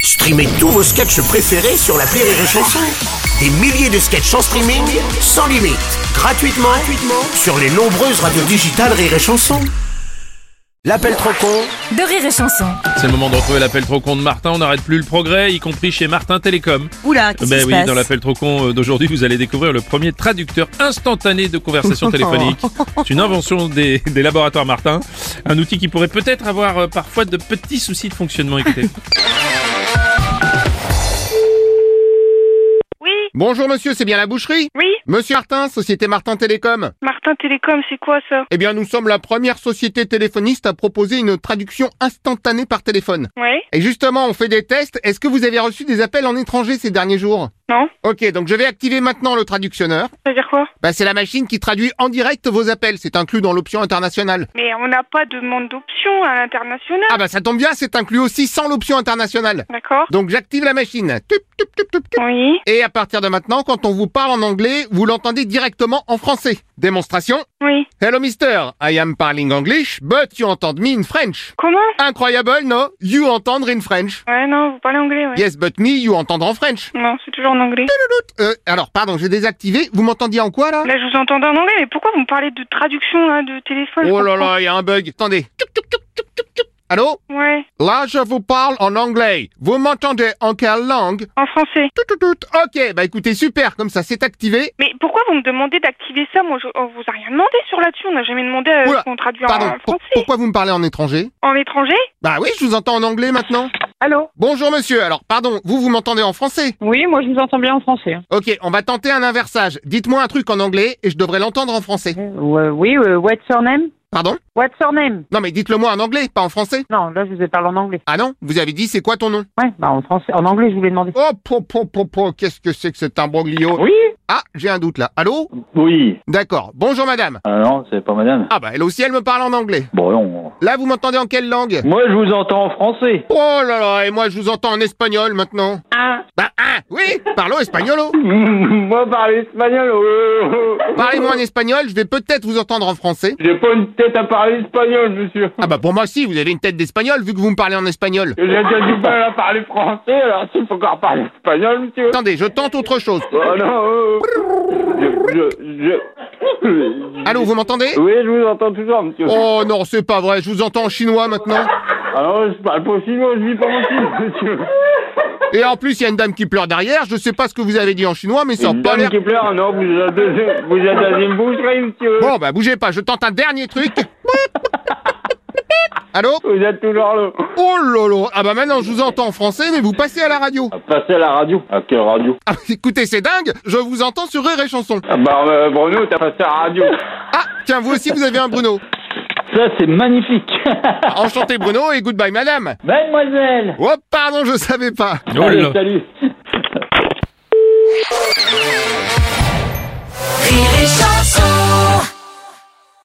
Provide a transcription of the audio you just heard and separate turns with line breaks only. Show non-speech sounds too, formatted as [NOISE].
Streamez tous vos sketchs préférés sur la Rire et Chanson. Des milliers de sketchs en streaming, sans limite, gratuitement, gratuitement sur les nombreuses radios digitales Rire et Chanson. L'appel trop con
de rire et chanson.
C'est le moment de retrouver l'appel trop con de Martin. On n'arrête plus le progrès, y compris chez Martin Télécom.
Oula, qu'est-ce qui
Ben
se
oui,
passe
dans l'appel trop con euh, d'aujourd'hui, vous allez découvrir le premier traducteur instantané
[LAUGHS]
de conversation
Oh.
téléphonique. C'est une invention des, des laboratoires Martin. Un outil qui pourrait peut-être avoir euh, parfois de petits soucis de fonctionnement. Écoutez.
Oui,
Bonjour monsieur, c'est bien la boucherie
oui,
Monsieur Martin, société Martin Télécom.
Martin Télécom, c'est quoi ça
Eh bien nous sommes la première société téléphoniste à proposer une traduction instantanée par téléphone.
Ouais,
Et justement, on fait des tests. Est-ce que vous avez reçu des appels en étranger ces derniers jours
non,
Ok, donc je vais activer maintenant le traductionneur.
ça veut dire quoi
Bah c'est la machine qui traduit en direct vos appels, c'est inclus dans l'option internationale.
Mais on n'a pas de demande d'option à l'international,
Ah bah ça tombe bien, c'est inclus aussi sans l'option internationale.
d'accord
Donc j'active la machine. Tup, tup, tup, tup, tup.
Oui,
Et à partir de maintenant, quand on vous parle en anglais, vous l'entendez directement en français. Démonstration
oui.
Hello, mister. I am parling English, but you entend me in French.
Comment
Incroyable, no? You entendre in French.
Ouais, non, vous parlez anglais, ouais.
Yes, but me, you entendre en French.
Non, c'est toujours en anglais.
Euh, alors, pardon, j'ai désactivé. Vous m'entendiez en quoi, là?
Là, je vous entendais en anglais, mais pourquoi vous me parlez de traduction, là, de téléphone je
Oh là
comprends.
là, il y a un bug. Attendez. Tup, tup, tup, tup, tup, tup. Allô?
Ouais,
Là, je vous parle en anglais. Vous m'entendez en quelle langue?
en français.
Tout, tout, tout. Ok, bah écoutez, super, comme ça, c'est activé.
Mais pourquoi vous me demandez d'activer ça Moi, je... on vous a rien demandé sur là-dessus, on n'a jamais demandé euh,
Oula,
qu'on traduise
Pardon,
en
pour-
français.
pourquoi vous me parlez en étranger?
En étranger
Bah oui, je vous entends en anglais maintenant.
Allô
Bonjour, monsieur. Alors, pardon, vous, vous m'entendez en français?
Oui, moi je vous entends bien en français.
Ok, on va tenter un inversage. Dites-moi un truc en anglais et je devrais l'entendre en français.
Euh, oui, euh, what's your name
Pardon
What's your name
Non mais dites-le moi en anglais, pas en français.
Non, là je vous ai parlé en anglais.
Ah non Vous avez dit c'est quoi ton nom
Ouais, bah en français, en anglais je voulais demander.
Oh, po, po, po, po, qu'est-ce que c'est que cet imbroglio
Oui
Ah, j'ai un doute là. Allô
Oui.
D'accord. Bonjour madame.
Ah non, c'est pas madame.
Ah bah elle aussi elle me parle en anglais.
Bon, non.
Là vous m'entendez en quelle
Ah.
langue
Moi, je vous entends en français.
Oh là là, et moi je vous entends en espagnol maintenant.
Ah,
Bah ah, oui, parlo espagnolo.
[LAUGHS] Moi, parle espagnol. oh, oh, oh.
Parlez-moi en espagnol, je vais peut-être vous entendre en français.
J'ai pas une tête à parler espagnol, monsieur.
Ah bah pour moi si, vous avez une tête d'espagnol vu que vous me parlez en espagnol.
J'ai déjà du mal à parler français, alors s'il faut encore parler espagnol, monsieur.
Attendez, je tente autre chose.
Oh non. oh, oh. Je, je, je-
Allô, vous m'entendez
Oui, je vous entends toujours, monsieur.
Oh non, c'est pas vrai, je vous entends en chinois maintenant.
Alors, je parle pas chinois, je vis pas mon chinois, monsieur.
Et en plus, il y a une dame qui pleure derrière, je sais pas ce que vous avez dit en chinois, mais ça a
Une
pas
dame
l'air...
qui pleure, ah non, vous êtes, dans- vous êtes dans une boucherie, monsieur.
Bon, bah bougez pas, je tente un dernier truc. [LAUGHS] Allô
Vous êtes toujours là.
Oh lolo Ah bah maintenant, je vous entends en français, mais vous passez à la radio.
À passer à la radio. À quelle radio
Ah, [LAUGHS] écoutez, c'est dingue, je vous entends sur Rire et Chanson.
Ah bah euh, Bruno, t'as passé à la radio.
Ah, tiens, vous aussi, vous avez un Bruno.
Ça c'est magnifique.
Enchanté Bruno et goodbye madame.
Mademoiselle.
Oh, pardon, je savais pas.
Oh là
Allez,
là.
salut.